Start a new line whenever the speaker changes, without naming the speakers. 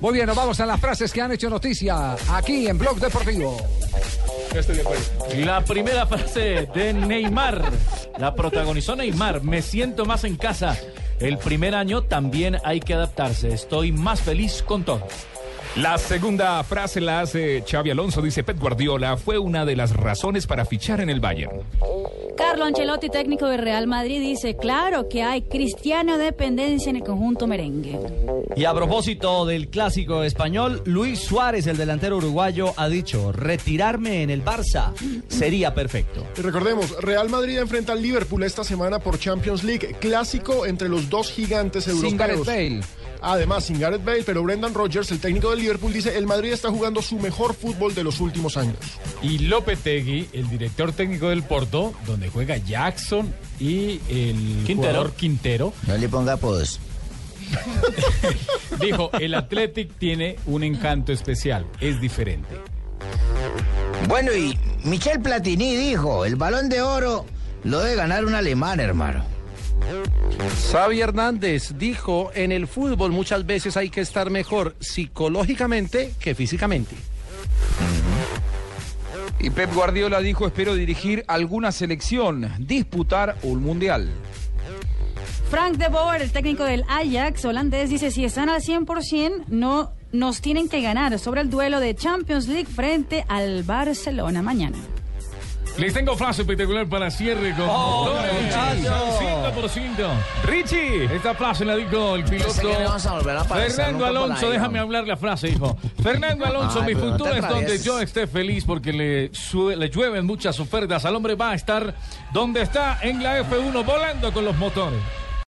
Muy bien, nos vamos a las frases que han hecho noticia aquí en Blog Deportivo.
La primera frase de Neymar. La protagonizó Neymar. Me siento más en casa. El primer año también hay que adaptarse. Estoy más feliz con todo.
La segunda frase la hace Xavi Alonso, dice Pep Guardiola, fue una de las razones para fichar en el Bayern.
Carlo Ancelotti, técnico del Real Madrid, dice, claro que hay cristiano dependencia en el conjunto merengue.
Y a propósito del clásico español, Luis Suárez, el delantero uruguayo, ha dicho, retirarme en el Barça sería perfecto.
Y recordemos, Real Madrid enfrenta al Liverpool esta semana por Champions League, clásico entre los dos gigantes europeos.
Sin Gareth Bale.
Además, sin Gareth Bale, pero Brendan Rodgers, el técnico del Liverpool, dice, el Madrid está jugando su mejor fútbol de los últimos años.
Y Lopetegui, el director técnico del Porto, donde juega Jackson y el
Quintero.
jugador Quintero,
No le ponga apodos.
dijo, el Athletic tiene un encanto especial, es diferente.
Bueno, y Michel Platini dijo, el balón de oro lo debe ganar un alemán, hermano.
Xavi Hernández dijo, en el fútbol muchas veces hay que estar mejor psicológicamente que físicamente.
Y Pep Guardiola dijo, espero dirigir alguna selección, disputar un mundial.
Frank de Boer, el técnico del Ajax holandés, dice, si están al 100%, no nos tienen que ganar sobre el duelo de Champions League frente al Barcelona mañana.
Les tengo frase espectacular para cierre con
Oh,
Dólar al 5%.
Richie.
Esta frase la dijo el
Pensé
piloto
que no íbamos a volver a aparecer
Fernando
nunca por
Alonso.
ahí,
Déjame
¿no?
hablar la frase, hijo. Fernando Alonso, mi
Ay, pero no
futuro
te
es donde
atravieses.
yo esté feliz porque le, sue- le llueven muchas ofertas. Al hombre va a estar donde está en la F1 volando con los motores.